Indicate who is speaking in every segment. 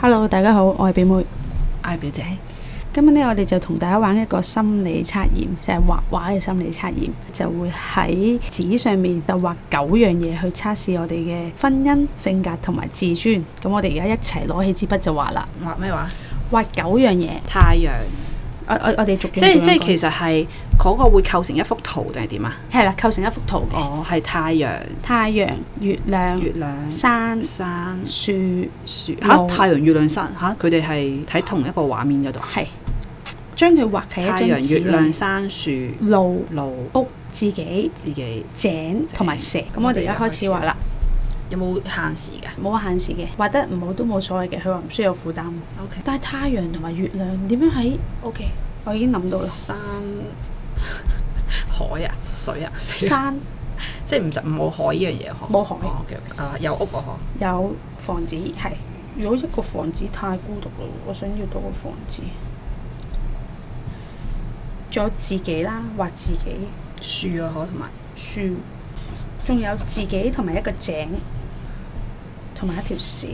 Speaker 1: Hello，大家好，我係表妹。
Speaker 2: 嗌表姐，
Speaker 1: 今日呢，我哋就同大家玩一個心理測驗，就係畫畫嘅心理測驗，就會喺紙上面就畫九樣嘢去測試我哋嘅婚姻、性格同埋自尊。咁我哋而家一齊攞起支筆就畫啦，
Speaker 2: 畫咩話？
Speaker 1: 畫九樣嘢。
Speaker 2: 太陽，
Speaker 1: 我我我哋逐樣
Speaker 2: 即係
Speaker 1: 逐樣
Speaker 2: 即係
Speaker 1: 講
Speaker 2: 其實係嗰個會構成一幅圖定係點啊？
Speaker 1: 係啦，構成一幅圖嘅。
Speaker 2: 哦，係太陽、
Speaker 1: 太陽、月亮、
Speaker 2: 月亮、嗯
Speaker 1: 山、
Speaker 2: 山、
Speaker 1: 樹，
Speaker 2: 樹
Speaker 1: 路
Speaker 2: 嚇，太陽、月亮、山嚇，佢哋係睇同一個畫面嗰度啊。
Speaker 1: 係將佢畫喺
Speaker 2: 太
Speaker 1: 一張
Speaker 2: 陽、月
Speaker 1: 紙
Speaker 2: 亮、
Speaker 1: 裏，
Speaker 2: 山、樹、
Speaker 1: 路、
Speaker 2: 路、
Speaker 1: 屋、自己、
Speaker 2: 自己，
Speaker 1: 井同埋蛇。咁我哋而家開始畫啦。
Speaker 2: 有冇限時㗎
Speaker 1: 冇話限時嘅，畫得唔好都冇所謂嘅，佢話唔需要有負擔。
Speaker 2: ？OK，
Speaker 1: 但係太陽同埋月亮點樣喺？OK，我已經諗到 啦。
Speaker 2: 山、海啊、水啊，死啦
Speaker 1: 山
Speaker 2: 即係唔實冇海呢樣嘢呵。
Speaker 1: 冇海
Speaker 2: 哦，OK OK，啊有屋啊呵。
Speaker 1: 有房子係，如果一個房子太孤獨啦，我想要多個房子。仲有自己啦，畫自己
Speaker 2: 樹啊可同埋
Speaker 1: 樹，仲有自己同埋一個井，同埋一條蛇。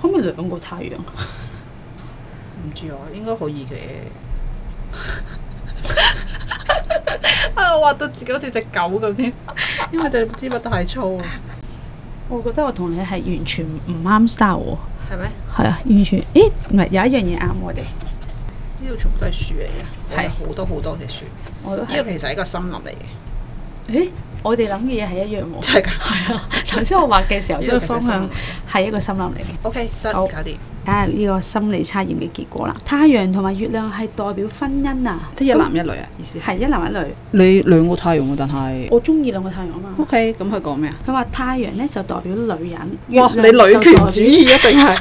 Speaker 1: 可唔可以兩個太陽？
Speaker 2: 唔知我應該可以嘅。 啊！我畫到自己好似隻狗咁添，因為隻支筆太粗啊。
Speaker 1: 我覺得我同你係完全唔啱 style 喎。
Speaker 2: 係咪？
Speaker 1: 係啊，完全，咦，唔係有一樣嘢啱我哋，
Speaker 2: 呢度全部都係樹嚟嘅，
Speaker 1: 係
Speaker 2: 係好多好多隻樹。呢
Speaker 1: 我都
Speaker 2: 個
Speaker 1: 係。
Speaker 2: 其實係一個森林嚟嘅，
Speaker 1: 誒，我哋諗嘅嘢係一樣喎。
Speaker 2: 真係㗎。
Speaker 1: 係啊，頭先我畫嘅時候，呢
Speaker 2: 呢
Speaker 1: 個
Speaker 2: 個其實
Speaker 1: 方
Speaker 2: 係森林
Speaker 1: 向係一個森林嚟嘅。
Speaker 2: OK，得
Speaker 1: 好
Speaker 2: 搞掂。
Speaker 1: 睇下呢個心理測驗嘅結果啦。太陽同埋月亮係代表婚姻啊，
Speaker 2: 即係一男一女啊，意思
Speaker 1: 係一男一女。
Speaker 2: 你兩個太陽啊喎，但係
Speaker 1: 我中意兩個太陽啊嘛。
Speaker 2: OK，咁佢講咩啊？
Speaker 1: 佢話太陽咧就代表女人，
Speaker 2: 哇！你女權主
Speaker 1: 義
Speaker 2: 義啊一定係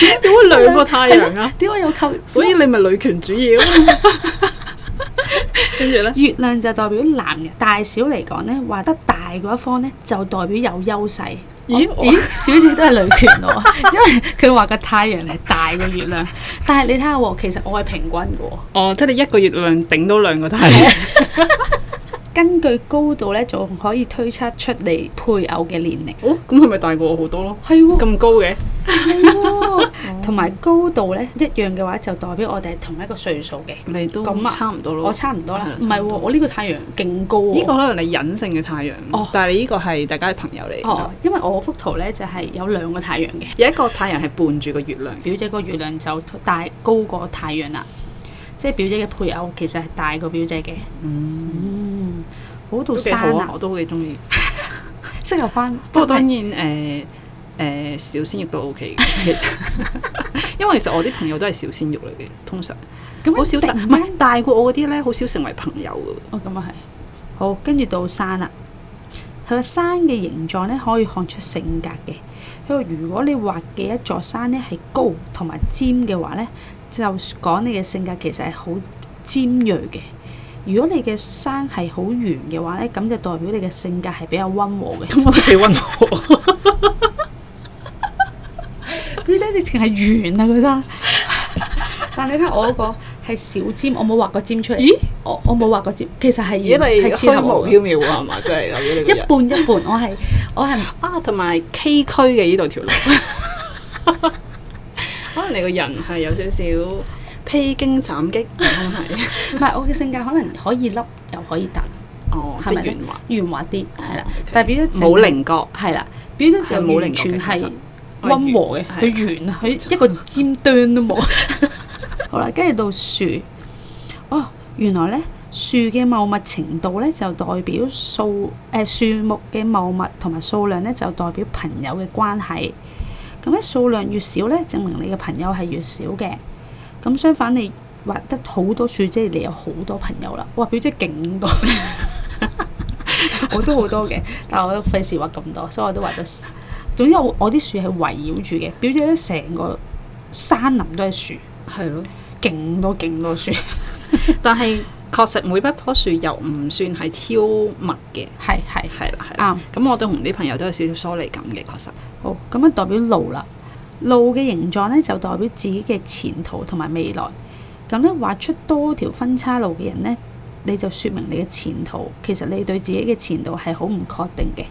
Speaker 2: 點解兩個太陽啊？
Speaker 1: 點解有構？
Speaker 2: 所以你咪女權主義咯。 跟住咧。
Speaker 1: 月亮就代表男人，大小嚟講咧，畫得大嗰一方咧就代表有優勢。
Speaker 2: 咦
Speaker 1: 我咦，表姐都係女權喎，因 為佢話個太陽係大過月亮，但係你睇下喎，其實我係平均嘅喎。
Speaker 2: 哦，即係你一個月亮頂到兩個太陽。
Speaker 1: 根據高度咧，仲可以推測出你配偶嘅年齡。
Speaker 2: 哦，咁佢咪大過我好多咯？
Speaker 1: 係喎，
Speaker 2: 咁高嘅，
Speaker 1: 係 喎，哦同埋高度咧一樣嘅話，就代表我哋係同一個歲數嘅。
Speaker 2: 你都
Speaker 1: 咁啊
Speaker 2: 差唔多咯。
Speaker 1: 我差唔多啦
Speaker 2: 係啦，
Speaker 1: 唔係喎，我呢個太陽勁高
Speaker 2: 呢個
Speaker 1: 喎。
Speaker 2: 可能你隱性嘅太陽，
Speaker 1: 哦
Speaker 2: 但係你呢個係大家係朋友嚟。
Speaker 1: 哦，因為我幅圖咧就係有兩個太陽嘅。
Speaker 2: 有一個太陽係伴住個月亮，
Speaker 1: 表姐個月亮就大高過太陽啦，即係表姐嘅配偶其實係大過表姐嘅。嗯，好到
Speaker 2: 都幾
Speaker 1: 山
Speaker 2: 好啊！
Speaker 1: 啊，
Speaker 2: 我都幾中意。
Speaker 1: 適合翻。
Speaker 2: 不過當然誒誒小鮮肉都 OK 嘅，其實 因為其實我啲朋友都係小鮮肉嚟嘅，通常
Speaker 1: 咁
Speaker 2: 好少
Speaker 1: 突
Speaker 2: 大
Speaker 1: 然
Speaker 2: 唔
Speaker 1: 間
Speaker 2: 係大過我嗰啲咧，好少成為朋友嘅。
Speaker 1: 哦，咁啊係。好，跟住到山啦。佢話山嘅形狀咧，可以看出性格嘅。佢話如果你畫嘅一座山咧係高同埋尖嘅話咧，就講你嘅性格其實係好尖鋭嘅。如果你嘅山係好圓嘅話咧，咁就代表你嘅性格係比較溫和 嘅。
Speaker 2: 咁我都幾温和。
Speaker 1: 佢咧直情係圓啊！佢 得，但你睇我嗰個係小尖，我冇畫個尖出嚟。
Speaker 2: 咦？
Speaker 1: 我我冇畫個尖，其實係
Speaker 2: 咦？
Speaker 1: 圓
Speaker 2: 你
Speaker 1: 係
Speaker 2: 虛
Speaker 1: 超合我
Speaker 2: 無
Speaker 1: 嘅
Speaker 2: 縹緲啊，係嘛？真係有啲你個
Speaker 1: 一
Speaker 2: 人。
Speaker 1: 半一半，我係我係
Speaker 2: 啊，同埋崎嶇嘅呢度條路， 可能你個人係有少少披荊斬棘，可能係
Speaker 1: 唔係我嘅性格可能可以凹又可以凸，
Speaker 2: 哦，即
Speaker 1: 係
Speaker 2: 係
Speaker 1: 咪咧
Speaker 2: 圓滑，
Speaker 1: 圓滑啲係啦
Speaker 2: OK。
Speaker 1: 但係表姐性
Speaker 2: 冇稜角，
Speaker 1: 係啦，表姐就
Speaker 2: 係冇
Speaker 1: 完
Speaker 2: 稜角嘅
Speaker 1: 全啊
Speaker 2: 其
Speaker 1: 係
Speaker 2: 實
Speaker 1: 温和嘅，佢
Speaker 2: 係
Speaker 1: 圓啊，佢一個尖端都冇。 好啦，跟住到樹，哦，原來咧樹嘅茂密程度咧就代表數誒、樹木嘅茂密同埋數量咧就代表朋友嘅關係。咁咧數量越少咧，證明你嘅朋友係越少嘅。咁相反，你畫得好多樹，即係你有好多朋友啦。哇，表姐勁多， 我都好多嘅，但我費事畫咁多，所以我都畫咗。總之我我啲樹係圍繞住嘅，表姐咧成個山林都係樹，
Speaker 2: 係咯。
Speaker 1: 勁多勁多樹，
Speaker 2: 但係確實每一棵樹又唔算係超密嘅，
Speaker 1: 係係
Speaker 2: 係啦係啦。
Speaker 1: 啱。
Speaker 2: 咁我都同啲朋友都有少少疏離感嘅，確實。
Speaker 1: 好，咁樣代表路啦。路嘅形狀咧就代表自己嘅前途同埋未來。咁咧畫出多條分叉路嘅人咧，你就説明你嘅前途其實你對自己嘅前途係好唔確定嘅。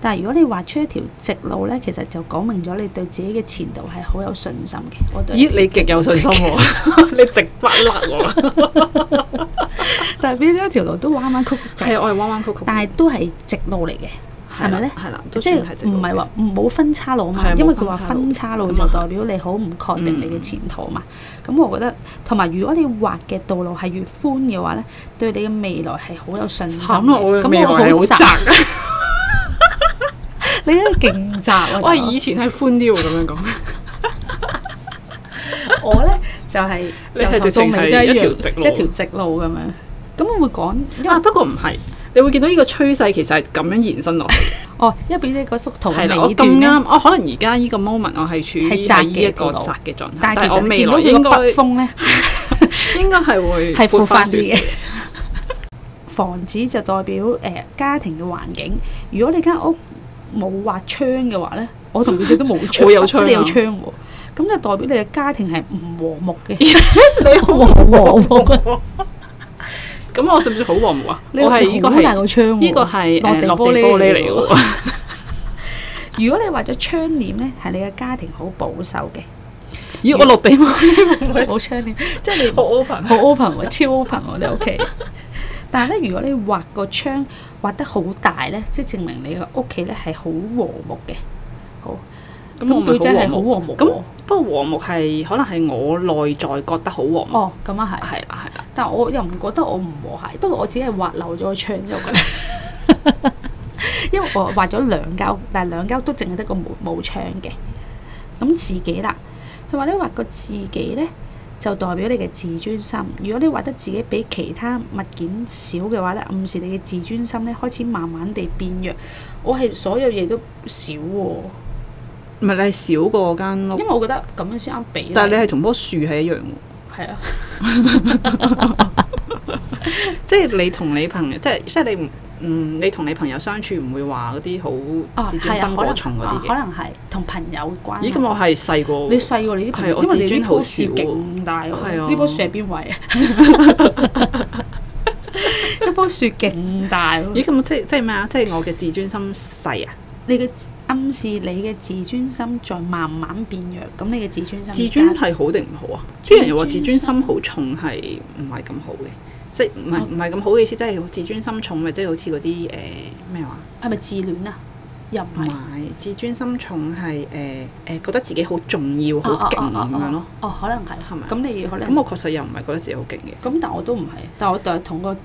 Speaker 1: 但係如果你畫出一條直路咧，其實就講明咗你對自己嘅前途係好有信心嘅。我對
Speaker 2: 咦，你極有信心喎、 你直不甩我。
Speaker 1: 但係邊一條路都彎彎曲曲嘅，
Speaker 2: 係啊，我係彎彎曲曲。
Speaker 1: 但係都係直路嚟嘅，係咪咧？
Speaker 2: 係啦，都
Speaker 1: 即
Speaker 2: 算係直
Speaker 1: 係唔係話冇分叉路啊嘛
Speaker 2: 係？啊冇
Speaker 1: 因為佢話
Speaker 2: 分
Speaker 1: 分
Speaker 2: 叉
Speaker 1: 叉
Speaker 2: 路
Speaker 1: 路
Speaker 2: 咁
Speaker 1: 就
Speaker 2: 啊嗯係
Speaker 1: 代表你好唔確定你嘅前途嘛。咁、我覺得，同埋如果你畫嘅道路係越寬嘅話咧，對你嘅未來係好有信心嘅。
Speaker 2: 慘啊啦！我嘅未來
Speaker 1: 咁
Speaker 2: 係
Speaker 1: 我
Speaker 2: 好
Speaker 1: 好
Speaker 2: 窄
Speaker 1: 窄，
Speaker 2: 啊！
Speaker 1: 你咧勁窄啊！
Speaker 2: 我係以前係寬啲喎，咁樣講，
Speaker 1: 我咧就係
Speaker 2: 你
Speaker 1: 由頭
Speaker 2: 係直
Speaker 1: 到
Speaker 2: 情
Speaker 1: 尾都一
Speaker 2: 係一條
Speaker 1: 樣
Speaker 2: 直路
Speaker 1: 一條直路咁樣。咁我會講，因為
Speaker 2: 啊不過唔係，你會見到呢個趨勢其實係咁樣延伸落去。
Speaker 1: 哦，因為俾你嗰幅圖
Speaker 2: 係
Speaker 1: 嘅
Speaker 2: 啦，我
Speaker 1: 尾
Speaker 2: 咁
Speaker 1: 段呢
Speaker 2: 啱，我可能而家呢個 moment 我係處於
Speaker 1: 係窄
Speaker 2: 喺呢一
Speaker 1: 嘅
Speaker 2: 個
Speaker 1: 條路
Speaker 2: 窄嘅狀態，
Speaker 1: 但係
Speaker 2: 但
Speaker 1: 其
Speaker 2: 係我
Speaker 1: 實你
Speaker 2: 未
Speaker 1: 見
Speaker 2: 來
Speaker 1: 到佢
Speaker 2: 應
Speaker 1: 個
Speaker 2: 該
Speaker 1: 北風咧
Speaker 2: 應該係會
Speaker 1: 係
Speaker 2: 闊
Speaker 1: 闊翻
Speaker 2: 翻
Speaker 1: 啲
Speaker 2: 少少
Speaker 1: 嘅。房子就代表誒、呃家庭嘅環境。如果你間屋冇畫窗嘅 話咧，我同表姐都冇窗，
Speaker 2: 我有窗啊
Speaker 1: 你有窗喎。咁就代表你嘅家庭係唔和睦 嘅，你好和睦啊！
Speaker 2: 咁我甚至好和睦啊！
Speaker 1: 你
Speaker 2: 我係呢個
Speaker 1: 好大個
Speaker 2: 係
Speaker 1: 窗喎，
Speaker 2: 呢個係誒落地
Speaker 1: 玻
Speaker 2: 玻璃
Speaker 1: 嚟
Speaker 2: 嚟
Speaker 1: 喎
Speaker 2: 嘅喎。
Speaker 1: 如果你畫咗窗簾咧，係你嘅家庭好保守嘅，
Speaker 2: 咦！ 我落地玻 璃
Speaker 1: 冇窗簾，即係你
Speaker 2: 好 open，
Speaker 1: 好 open 喎，超 open 喎，你屋 企。但係咧，如果你畫個窗畫得好大咧，即係證明你個屋企咧係好和睦嘅。好，
Speaker 2: 咁
Speaker 1: 咁
Speaker 2: 我咪
Speaker 1: 表姐係
Speaker 2: 好
Speaker 1: 好
Speaker 2: 和
Speaker 1: 和睦喎。
Speaker 2: 睦。咁不過和睦係可能係我內在覺得好和睦，
Speaker 1: 哦，咁啊係，
Speaker 2: 係啦係啦。
Speaker 1: 但我又唔覺得我唔和諧，不過我只係畫漏咗個窗啫，我覺得。 因為我畫咗兩間屋，但係兩間屋都淨係得個冇冇窗嘅。咁自己啦，佢話咧畫個自己咧，就代表你嘅自尊心。如果你畫得自己比其他物件少嘅話咧，暗示你嘅自尊心咧開始慢慢地變弱。我係所有嘢都少喎、
Speaker 2: 唔係你係少過間屋，
Speaker 1: 因為我覺得咁樣先啱比例。
Speaker 2: 但係你係同棵樹係一樣喎。
Speaker 1: 係啊，
Speaker 2: 即係你同你朋友，即係即係你唔嗯，你同你朋友相處唔會話嗰啲
Speaker 1: 啊
Speaker 2: 好自尊
Speaker 1: 係
Speaker 2: 心
Speaker 1: 啊
Speaker 2: 過重嗰啲
Speaker 1: 可
Speaker 2: 嘅。
Speaker 1: 能係同朋友關係。
Speaker 2: 咦？咁我係細個
Speaker 1: 你
Speaker 2: 喎，
Speaker 1: 細喎，你啲朋
Speaker 2: 係
Speaker 1: 友，
Speaker 2: 我
Speaker 1: 因為
Speaker 2: 自
Speaker 1: 你
Speaker 2: 尊
Speaker 1: 呢
Speaker 2: 好
Speaker 1: 棵
Speaker 2: 少
Speaker 1: 樹
Speaker 2: 喎
Speaker 1: 勁大喎，
Speaker 2: 係啊
Speaker 1: 呢棵樹係邊位啊？ 一棵樹勁大喎，
Speaker 2: 咦？咁即係即係咩啊？即係我嘅自尊心細啊！
Speaker 1: 你嘅暗示你嘅自尊心在慢慢變弱，咁你嘅自尊心
Speaker 2: 自尊
Speaker 1: 加
Speaker 2: 係好定唔好啊？
Speaker 1: 自
Speaker 2: 啲
Speaker 1: 尊
Speaker 2: 人又話自尊心好重係唔係咁好嘅，即係唔係
Speaker 1: 哦
Speaker 2: 唔係咁好嘅意思，即係自尊心重咪即係好似嗰啲誒咩話？
Speaker 1: 係咪自戀啊？又唔
Speaker 2: 唔
Speaker 1: 係
Speaker 2: 係自尊心重係誒誒覺得自己好重要、好
Speaker 1: 哦哦
Speaker 2: 勁啊
Speaker 1: 哦
Speaker 2: 咁樣咯。
Speaker 1: 哦，可能係
Speaker 2: 係咪啊
Speaker 1: 咁你可能
Speaker 2: 咁我確實又唔係覺得自己好勁嘅。
Speaker 1: 咁，但我都唔係，但我就係同個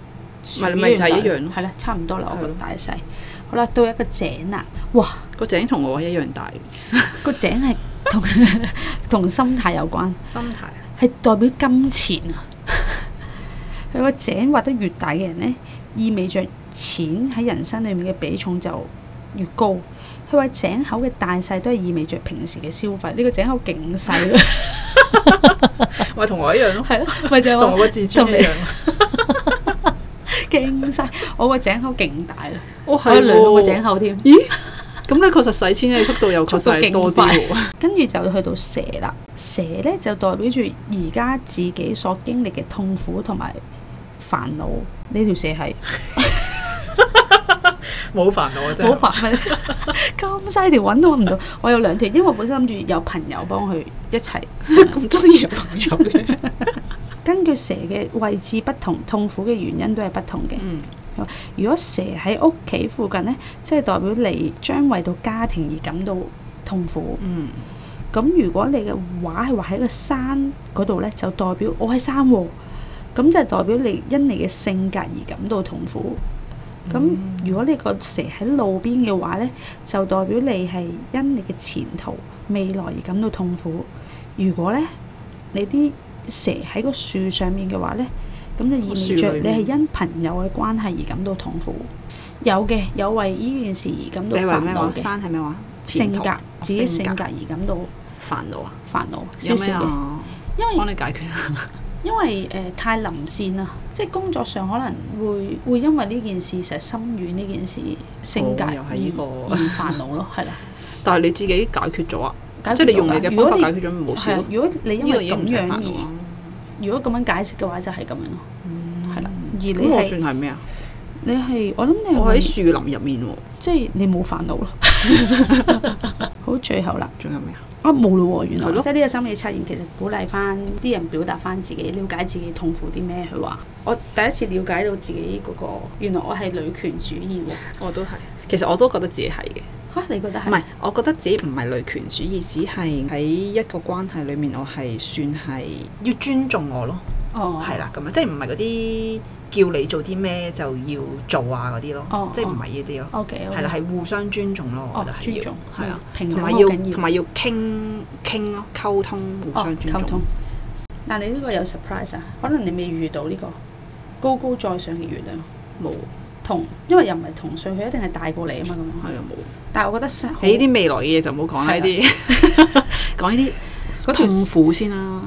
Speaker 1: 樹
Speaker 2: 咪咪就係一樣咯
Speaker 1: 大係啦，差唔多啦，我
Speaker 2: 係
Speaker 1: 覺
Speaker 2: 咯
Speaker 1: 得大細。好啦，到一個井啦，哇！
Speaker 2: 個井同我一樣大，
Speaker 1: 個井係同 同心態有關。
Speaker 2: 心態
Speaker 1: 係代表金錢啊！ 佢個井挖得越大嘅人呢，意味着錢喺人生裏面嘅比重就越高。佢話井口嘅大細都係意味着平時嘅消費，呢、個井口勁細咯，
Speaker 2: 咪同我一樣咯，
Speaker 1: 係咯，咪就係
Speaker 2: 同我
Speaker 1: 話
Speaker 2: 個自尊一樣咯。
Speaker 1: 勁細。我個井口勁大啦，
Speaker 2: 我
Speaker 1: 我有兩個井
Speaker 2: 井。
Speaker 1: 口添。
Speaker 2: 咦？哦咁你確實使錢嘅速度又確實係多啲
Speaker 1: 速
Speaker 2: 喎。
Speaker 1: 跟住就去到蛇啦，蛇呢就代表住而家自己所經歷嘅痛苦同埋煩惱。呢條蛇係
Speaker 2: 冇煩惱啊，真
Speaker 1: 好
Speaker 2: 係。
Speaker 1: 煩啊！咁細條揾都揾唔到，我有兩條，因為我本身諗住有朋友幫佢一齊。
Speaker 2: 咁中意嘅朋友嘅。
Speaker 1: 根據蛇嘅位置不同，痛苦嘅原因都係不同嘅。
Speaker 2: 嗯。
Speaker 1: 如果蛇喺屋企附近呢，即係代表你將為到家庭而感到痛苦。
Speaker 2: 嗯。
Speaker 1: 咁如果你嘅畫係畫喺個山嗰度呢，就代表我喺山喎。咁就係代表你因你嘅性格而感到痛苦。咁、如果你個蛇喺路邊嘅話呢，就代表你係因你嘅前途未來而感到痛苦。如果呢，你啲蛇喺個樹上面嘅話呢，咁就意味
Speaker 2: 樹
Speaker 1: 着
Speaker 2: 裏
Speaker 1: 你
Speaker 2: 面
Speaker 1: 係因朋友嘅關係而感到痛苦。有嘅，有為呢件事而感
Speaker 2: 你
Speaker 1: 到
Speaker 2: 係
Speaker 1: 煩
Speaker 2: 咩話
Speaker 1: 惱？嘅
Speaker 2: 山係咩話？
Speaker 1: 性
Speaker 2: 前途
Speaker 1: 格，自己性
Speaker 2: 性
Speaker 1: 格而感到
Speaker 2: 煩惱啊？
Speaker 1: 煩惱少
Speaker 2: 有咩
Speaker 1: 少嘅，
Speaker 2: 啊？
Speaker 1: 因為
Speaker 2: 幫你解決啊。
Speaker 1: 因為誒、呃太臨線啦，即係工作上可能會會因為呢件事成日心軟呢件事性格
Speaker 2: 哦又係呢個
Speaker 1: 而而煩惱 咯，係啦。
Speaker 2: 但係你自己解決咗啊，
Speaker 1: 解
Speaker 2: 即係
Speaker 1: 決
Speaker 2: 你
Speaker 1: 到
Speaker 2: 用你
Speaker 1: 㗎
Speaker 2: 嘅方
Speaker 1: 如果
Speaker 2: 法解
Speaker 1: 你
Speaker 2: 決咗咪冇事
Speaker 1: 係啊
Speaker 2: 咯。
Speaker 1: 如果你因
Speaker 2: 呢個
Speaker 1: 為
Speaker 2: 嘢
Speaker 1: 咁
Speaker 2: 唔使煩
Speaker 1: 樣
Speaker 2: 惱啊
Speaker 1: 而如果咁樣解釋嘅話就係咁樣咯，係啦。而你
Speaker 2: 嗯咁我
Speaker 1: 係
Speaker 2: 算係咩啊？
Speaker 1: 你係我諗你係
Speaker 2: 我喺
Speaker 1: 會
Speaker 2: 樹林入面喎，
Speaker 1: 即係你冇煩惱咯。 好，最後啦，
Speaker 2: 仲有咩啊？
Speaker 1: 啊冇咯喎，原來
Speaker 2: 係咯
Speaker 1: 即係呢個心理測驗其實鼓勵翻啲人表達翻自己，了解自己痛苦啲咩。佢話我第一次了解到自己嗰、個原來我係女權主義喎。
Speaker 2: 我都係，其實我都覺得自己係嘅。
Speaker 1: 嚇、你覺得係
Speaker 2: 唔係，我覺得自己唔係女權主義，只係喺一個關係裡面，我係算係要尊重我咯，
Speaker 1: 哦，
Speaker 2: 係啦咁啊樣，即係唔係嗰啲叫你做啲咩就要做啊嗰啲咯，
Speaker 1: 哦
Speaker 2: 即係唔係呢啲咯，
Speaker 1: OK，
Speaker 2: 係啦，係互相尊重咯，我
Speaker 1: 哦
Speaker 2: 覺得，係
Speaker 1: 尊
Speaker 2: 要
Speaker 1: 重
Speaker 2: 係啊，，
Speaker 1: 平
Speaker 2: 同
Speaker 1: 等
Speaker 2: 埋
Speaker 1: 好
Speaker 2: 要
Speaker 1: 緊要哦
Speaker 2: 同。埋要傾傾咯，溝通互相尊
Speaker 1: 溝
Speaker 2: 重
Speaker 1: 通。。但你呢個有 surprise 啊？可能你未遇到呢、個高高在上嘅月亮
Speaker 2: 冇，
Speaker 1: 同，因為又唔係同歲，佢一定係大過你啊嘛咁樣。
Speaker 2: 係啊冇。
Speaker 1: 但係我覺得生好
Speaker 2: 喺呢啲未來嘅嘢就唔好講啦，
Speaker 1: 係
Speaker 2: 呢
Speaker 1: 啦
Speaker 2: 啲 講呢
Speaker 1: 嗰
Speaker 2: 啲
Speaker 1: 條
Speaker 2: 痛苦先啦，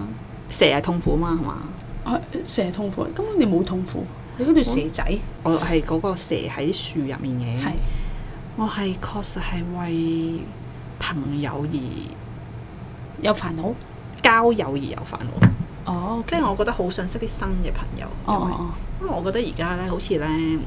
Speaker 2: 蛇係痛苦嘛係嘛？
Speaker 1: 啊蛇痛苦，根本你冇痛苦，你嗰條蛇仔
Speaker 2: 我係嗰個蛇喺樹入面嘅。
Speaker 1: 係
Speaker 2: 我係確實係為朋友而
Speaker 1: 有煩惱。
Speaker 2: 交友而有煩惱，
Speaker 1: 哦，
Speaker 2: 即係我覺得好想識啲新嘅朋友。
Speaker 1: 哦哦
Speaker 2: 因為我覺得而家咧，好似咧，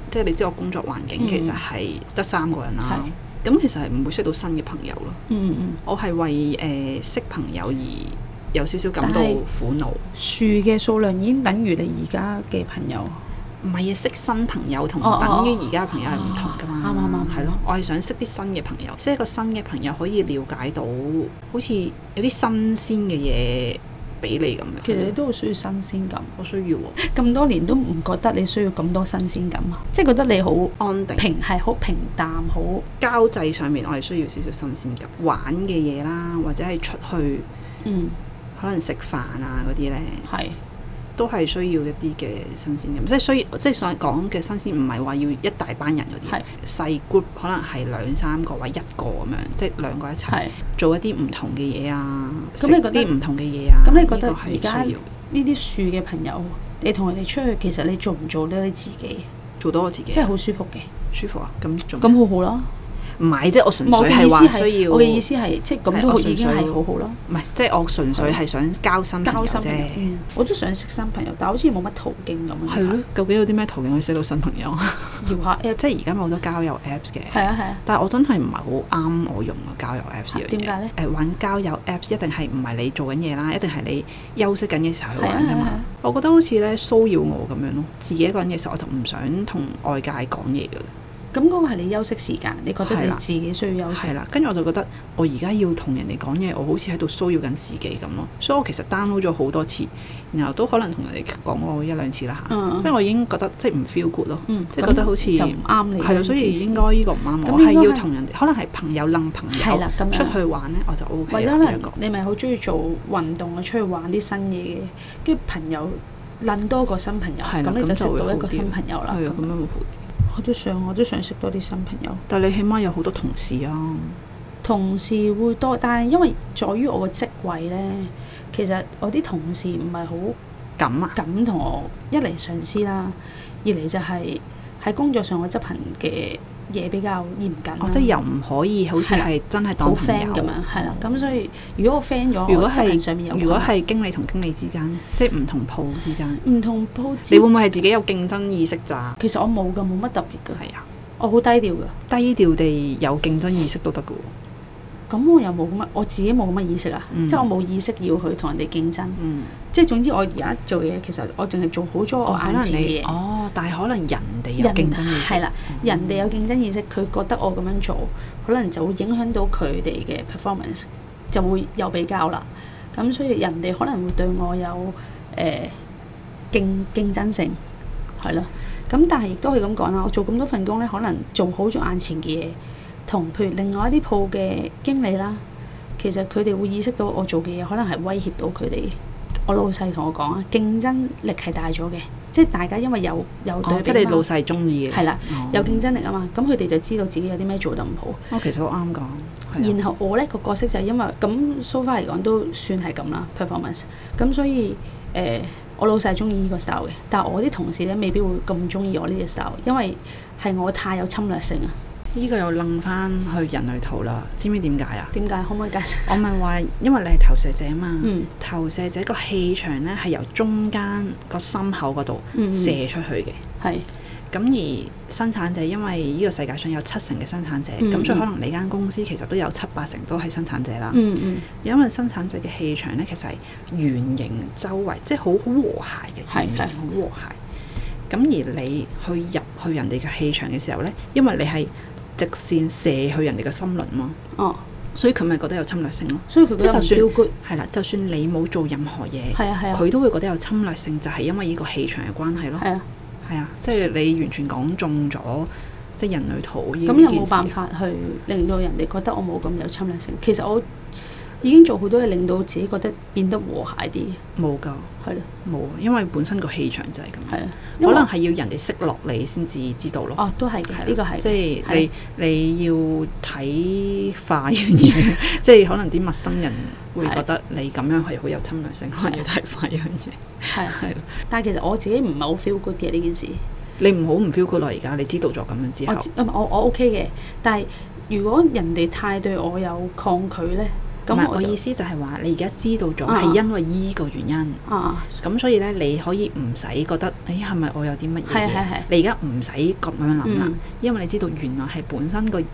Speaker 2: 即係你知我工作環境
Speaker 1: 嗯
Speaker 2: 其實係得三個人啦。咁其實係唔會識到新嘅朋友咯。
Speaker 1: 哦，嗯嗯，
Speaker 2: 我係為誒、呃、識朋友而有少少感到
Speaker 1: 但係
Speaker 2: 苦惱。
Speaker 1: 樹嘅數量已經等於你而家嘅朋友。
Speaker 2: 唔係啊，識新朋友同
Speaker 1: 哦哦
Speaker 2: 等於而家嘅朋友係唔同噶嘛，
Speaker 1: 哦啱啱啱
Speaker 2: 係咯，我係想識啲新嘅朋友，識一個新嘅朋友可以了解到，好似有啲新鮮嘅嘢俾你咁樣。
Speaker 1: 其實你都好需要新鮮感，
Speaker 2: 我需要喎
Speaker 1: 咁多年都唔覺得你需要咁多新鮮感啊，即係覺得你好
Speaker 2: 安定
Speaker 1: 平係好平淡好。
Speaker 2: 交際上面，我係需要少少新鮮感，玩嘅嘢啦，或者係出去
Speaker 1: 嗯，
Speaker 2: 可能食飯啊嗰啲呢，
Speaker 1: 係。
Speaker 2: 都係需要一啲嘅新鮮感。即係需要，即係想講嘅新鮮，唔係話要一大班人嗰
Speaker 1: 係
Speaker 2: 啲，細 group 可能係兩三個或一個咁樣，即係兩個一齊。
Speaker 1: 係
Speaker 2: 做一啲唔同嘅嘢啊，
Speaker 1: 咁
Speaker 2: 食
Speaker 1: 你覺得
Speaker 2: 啲唔同嘅嘢啊，
Speaker 1: 咁你覺得
Speaker 2: 呢個係
Speaker 1: 而家
Speaker 2: 需要
Speaker 1: 呢啲樹嘅朋友，你同佢哋出去，其實你做唔做到你自己，
Speaker 2: 做到我自己，
Speaker 1: 即係好舒服嘅，
Speaker 2: 舒服啊，咁仲
Speaker 1: 咁好好啦。
Speaker 2: 唔係即係我純
Speaker 1: 我
Speaker 2: 粹
Speaker 1: 嘅意
Speaker 2: 係
Speaker 1: 思
Speaker 2: 話需
Speaker 1: 係，
Speaker 2: 要，
Speaker 1: 我嘅意思係，即係咁
Speaker 2: 係
Speaker 1: 都
Speaker 2: 我
Speaker 1: 已
Speaker 2: 純
Speaker 1: 經
Speaker 2: 粹
Speaker 1: 係好好啦，
Speaker 2: 唔係即係我純粹係想交新朋
Speaker 1: 交
Speaker 2: 友
Speaker 1: 心朋友
Speaker 2: 啫。
Speaker 1: 嗯我都想識新朋友，但好似冇乜途徑咁樣。
Speaker 2: 係咯，，究竟有啲咩途徑可以識到新朋友？
Speaker 1: 搖下 app。
Speaker 2: 即係而家咪好多交友 Apps 嘅，
Speaker 1: 係啊係啊，
Speaker 2: 但係我真係唔係好啱我用啊交友 Apps 呢樣嘢。
Speaker 1: 點解呢？
Speaker 2: 誒玩交友 Apps 一定係唔係你做緊嘢啦，一定係你休息緊嘅時候去
Speaker 1: 係啊
Speaker 2: 玩㗎
Speaker 1: 係
Speaker 2: 嘛。
Speaker 1: 啊，
Speaker 2: 我覺得好似咧騷擾我咁樣咯，自己一個人嘅時候我就唔想同外界講嘢㗎啦。
Speaker 1: 咁嗰個係你休息時間，你覺得
Speaker 2: 係
Speaker 1: 你
Speaker 2: 啦
Speaker 1: 自己需要休息
Speaker 2: 係。啦，跟住我就覺得我而家要同人哋講嘢，我好似喺度騷擾緊自己咁咯，所以我其實 download 咗好多次，然後都可能同人哋講過一兩次啦嚇，
Speaker 1: 嗯
Speaker 2: 因為我已經覺得即係唔 feel good 咯，
Speaker 1: 嗯，
Speaker 2: 即係覺得好似
Speaker 1: 咁就唔啱你。
Speaker 2: 係咯，所以應該呢個唔啱
Speaker 1: 咁
Speaker 2: 我，我係
Speaker 1: 應該係
Speaker 2: 要同人哋，可能係朋友楞朋
Speaker 1: 係
Speaker 2: 友
Speaker 1: 啦，咁
Speaker 2: 出
Speaker 1: 樣。
Speaker 2: 去玩咧，我就 O
Speaker 1: 或
Speaker 2: K
Speaker 1: 者
Speaker 2: 啦
Speaker 1: 可
Speaker 2: 呢一
Speaker 1: 能
Speaker 2: 個，
Speaker 1: 你咪好中意做運動啊，出去玩啲新嘢嘅，跟住朋友撚多個新朋友，
Speaker 2: 係啦
Speaker 1: 咁你就
Speaker 2: 咁
Speaker 1: 識
Speaker 2: 就會
Speaker 1: 到一
Speaker 2: 好
Speaker 1: 個
Speaker 2: 啲
Speaker 1: 新朋友啦。
Speaker 2: 係啊，咁
Speaker 1: 咁
Speaker 2: 樣會好啲。
Speaker 1: 我都想，我都想識多啲新朋友。
Speaker 2: 但係你起碼有好多同事啊，
Speaker 1: 同事會多，但係因為在於我個職位呢，其實我啲同事唔係好
Speaker 2: 咁啊，
Speaker 1: 敢同我一嚟上司啦，二嚟就係喺工作上我執行嘅嘢比較嚴謹啦
Speaker 2: 我哦即係又唔可以好似
Speaker 1: 係啦
Speaker 2: 係真係
Speaker 1: 好
Speaker 2: 當朋
Speaker 1: friend 咁
Speaker 2: 友
Speaker 1: 樣。係啦。咁所以如果我 friend 咗，
Speaker 2: 如果
Speaker 1: 我執
Speaker 2: 係
Speaker 1: 行上面有
Speaker 2: 如果
Speaker 1: 困難
Speaker 2: 係經理同經理之間咧，即係唔同鋪之間。
Speaker 1: 唔同鋪
Speaker 2: 你
Speaker 1: 子
Speaker 2: 會，唔會係自己有競爭意識咋？
Speaker 1: 其實我冇㗎，冇乜特別㗎。
Speaker 2: 係啊，
Speaker 1: 我好低調㗎，
Speaker 2: 低調地有競爭意識都得嘅喎。
Speaker 1: 咁我又冇乜，我自己冇乜意識啊，
Speaker 2: 嗯
Speaker 1: 即係我冇意識要去同人哋競爭，
Speaker 2: 嗯，
Speaker 1: 即係總之我而家做嘢其實我淨係做好咗我
Speaker 2: 哦可
Speaker 1: 眼
Speaker 2: 能
Speaker 1: 前
Speaker 2: 你
Speaker 1: 嘅嘢，
Speaker 2: 哦，但係可能人哋有
Speaker 1: 人
Speaker 2: 競爭意識，嗯
Speaker 1: 係啦，人哋有競爭意識，佢覺得我咁樣做，可能就會影響到佢哋嘅 performance，就會有比較啦。咁所以人哋可能會對我有誒、呃、競競爭性，係咯。咁但係亦都可以咁講啦，我做咁多份工咧，可能做好咗眼前嘅嘢，同譬如另外一啲鋪嘅經理啦，其實佢哋會意識到我做嘅嘢可能係威脅到佢哋。我老細同我講啊，競爭力係大咗嘅，即係大家因為有有對
Speaker 2: 哦，即係
Speaker 1: 比
Speaker 2: 你
Speaker 1: 嘛
Speaker 2: 老細中意嘅。
Speaker 1: 係啦，
Speaker 2: 哦
Speaker 1: 有競爭力啊嘛，咁佢哋就知道自己有啲咩做得唔好。
Speaker 2: 我其實好啱講，係啊
Speaker 1: 然後我呢個角色就係因為咁 so far 嚟講都算係咁啦，performance。咁所以誒、呃我老細中意呢個 style 嘅，但係我啲同事呢未必會咁中意我呢個 style，因為係我太有侵略性啊。
Speaker 2: 呢個又楞翻去人類圖啦，知唔知點解 啊？
Speaker 1: 點解？可唔可以解釋？
Speaker 2: 我咪話，因為你係投射者嘛，
Speaker 1: 嗯
Speaker 2: 投射者個氣場咧係由中間個心口嗰度
Speaker 1: 嗯，
Speaker 2: 射出去嘅。
Speaker 1: 係
Speaker 2: 咁而生產者，因為呢個世界上有七成嘅生產者，
Speaker 1: 嗯
Speaker 2: 咁、所以可能你間公司其實都有七八成都係生產者啦。
Speaker 1: 嗯嗯，
Speaker 2: 因為生產者嘅氣場咧，其實係圓形周圍，即係好好和諧嘅，
Speaker 1: 係
Speaker 2: 圓形
Speaker 1: 係
Speaker 2: 好和諧。咁而你去入去人哋嘅氣場嘅時候咧，因為你係直線射去人哋嘅心輪嘛，
Speaker 1: 哦，
Speaker 2: 所以佢咪覺得有侵略性咯。
Speaker 1: 所以佢覺得唔
Speaker 2: 即係就
Speaker 1: feel good，
Speaker 2: 係啦，就算你冇做任何嘢，
Speaker 1: 係啊係啊
Speaker 2: 佢都會覺得有侵略性，就係因為呢個氣場嘅關係咯。
Speaker 1: 係啊，
Speaker 2: 係啊，即係你完全講中咗，即係人類圖
Speaker 1: 咁
Speaker 2: 呢
Speaker 1: 有
Speaker 2: 件
Speaker 1: 冇
Speaker 2: 事
Speaker 1: 辦法去令到人哋覺得我冇咁有侵略性？其實我已經做好多嘢令到自己覺得變得和諧啲，
Speaker 2: 冇㗎，
Speaker 1: 係咯，
Speaker 2: 冇，啊因為本身個氣場就係咁。
Speaker 1: 係啊，因為
Speaker 2: 可能係要人哋識落你先至知道咯。
Speaker 1: 哦都係
Speaker 2: 係啦
Speaker 1: 嘅，呢個係
Speaker 2: 即係
Speaker 1: 係
Speaker 2: 你你要睇化樣嘢， 即係可能啲陌生人會覺得你咁樣係好有侵略性，可能要睇化樣嘢。
Speaker 1: 係啊，
Speaker 2: 係咯，
Speaker 1: 但係其實我自己唔係好 feel good 嘅呢件事，
Speaker 2: 你唔好唔 feel 過來而家，你知道咗咁樣之
Speaker 1: 我
Speaker 2: 後
Speaker 1: 知，唔係我我 OK 嘅，但係如果人哋太對我有抗拒咧，
Speaker 2: 唔係
Speaker 1: 咁
Speaker 2: 我
Speaker 1: 就
Speaker 2: 意思就係話你而家知道咗
Speaker 1: 啊
Speaker 2: 係因為依個原因。
Speaker 1: 啊
Speaker 2: 咁所以咧，你可以唔使覺得，誒係咪我有啲乜嘢
Speaker 1: 係啊係
Speaker 2: 嘢？
Speaker 1: 係
Speaker 2: 你而家唔使咁樣諗啦，
Speaker 1: 嗯
Speaker 2: 因為你知道原來係本身個
Speaker 1: 人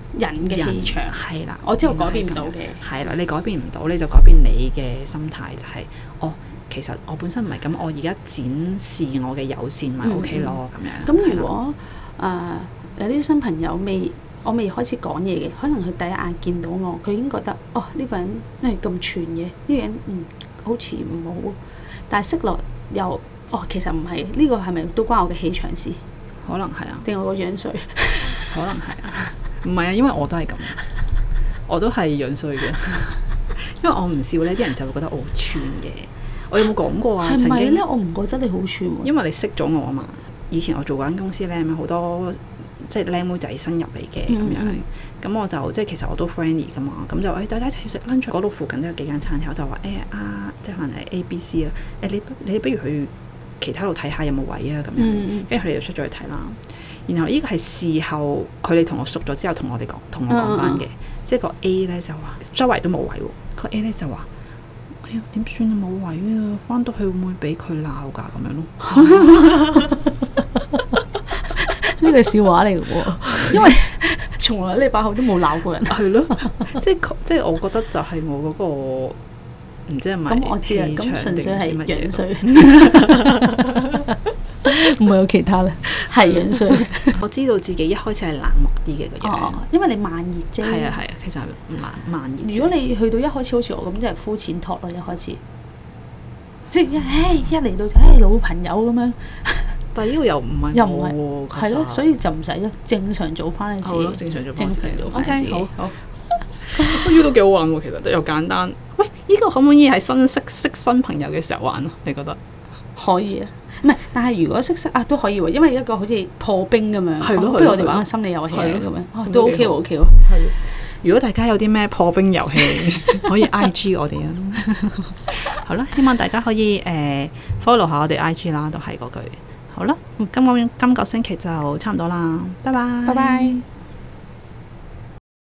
Speaker 1: 嘅氣
Speaker 2: 人
Speaker 1: 場，
Speaker 2: 係啦，
Speaker 1: 我知道
Speaker 2: 原來
Speaker 1: 改變唔
Speaker 2: 係咁
Speaker 1: 到
Speaker 2: 樣
Speaker 1: 嘅，
Speaker 2: 係啦，你改變唔到，你就改變你嘅心態，就係、哦，其實我本身唔係咁，我而家展示我嘅友善咪
Speaker 1: 嗯
Speaker 2: OK 咯，咁、樣。
Speaker 1: 咁
Speaker 2: 係
Speaker 1: 如
Speaker 2: 啦
Speaker 1: 果誒、呃有啲新朋友未，我未開始講嘢嘅，可能佢第一眼見到我，佢已經覺得哦呢、個人誒咁串嘅，呢、個人嗯好似唔好，但係識落又哦其實唔係，呢、個係咪都關我嘅氣場事，
Speaker 2: 可能係啊，
Speaker 1: 定我個樣衰？
Speaker 2: 可能係啊，唔係啊，因為我都係咁，我都係樣衰 嘅，因為我唔笑咧，啲人就會覺得我好串嘅。我有冇講過啊？
Speaker 1: 係
Speaker 2: 曾
Speaker 1: 咪
Speaker 2: 經
Speaker 1: 咧？我唔覺得你好串喎。
Speaker 2: 因為你識咗我啊嘛。以前我做嗰間公司咧，咪好多即係靚妹仔新入嚟嘅咁樣。
Speaker 1: 嗯
Speaker 2: 咁我就即係其實我都 friendly 噶嘛，咁就誒、哎大家一齊去食 lunch，嗰度附近都有幾間餐廳，我就話誒、啊，即係可能係 A、B、C 啦，誒、你不你不如去其他度睇下有冇位啊咁樣，
Speaker 1: 嗯嗯
Speaker 2: 跟住佢哋就出咗去睇啦。然後呢個係事後佢哋同我熟咗之後同我哋講，同我講翻
Speaker 1: 嗯
Speaker 2: 嘅，即係個 A 咧就話周圍都冇位喎，個 A 咧就話。哎呀，點算啊？冇位啊！翻到去會唔會俾佢鬧㗎？咁樣咯，
Speaker 1: 呢個係笑話嚟嘅喎，因為 從來你把口都冇鬧過人。
Speaker 2: 係咯，即係佢即係我覺得就係我嗰、個唔知係咪
Speaker 1: 咁我知啦，
Speaker 2: 氣場
Speaker 1: 咁純粹
Speaker 2: 定唔
Speaker 1: 係
Speaker 2: 知乜嘢
Speaker 1: 樣衰， 唔係有其他啦，係啊樣衰。
Speaker 2: 我知道自己一開始係冷漠啲嘅個樣，
Speaker 1: 哦，因為你慢熱啫。
Speaker 2: 係啊係啊，其實係慢慢熱啫。
Speaker 1: 如果你去到一開始好似我咁，即係膚淺托咯，一開始。即係一唉一嚟到就唉老朋友咁樣，
Speaker 2: 但係呢個又唔係
Speaker 1: 又
Speaker 2: 唔
Speaker 1: 唔係咯，所以就唔使咯，正常做翻你自
Speaker 2: 好咯，
Speaker 1: 己。
Speaker 2: 正常做
Speaker 1: 啊正常做
Speaker 2: O
Speaker 1: 返自
Speaker 2: K，
Speaker 1: 己
Speaker 2: 好好。 我遇到幾好玩喎，其實又簡單。喂，呢個可唔可以喺新識識新朋友嘅時候玩啊？你覺得？
Speaker 1: 可以啊，唔係，但係如果識識啊都可以喎，因為一個好似破冰咁樣，哦
Speaker 2: 係咯係咯
Speaker 1: 不如我哋玩個心理遊戲啊
Speaker 2: 係
Speaker 1: 咁樣，哦
Speaker 2: 咁
Speaker 1: 都
Speaker 2: 都
Speaker 1: OK
Speaker 2: 幾
Speaker 1: 喎
Speaker 2: 好
Speaker 1: OK 喎。
Speaker 2: 係。如果大家有啲咩破冰遊 戲，可以 I G 我哋啊。 好啦，希望大家可以誒、呃 follow 下我哋 I G 啦，都係嗰句。好啦，咁今個今個星期就差唔多啦，拜拜，
Speaker 1: 拜拜。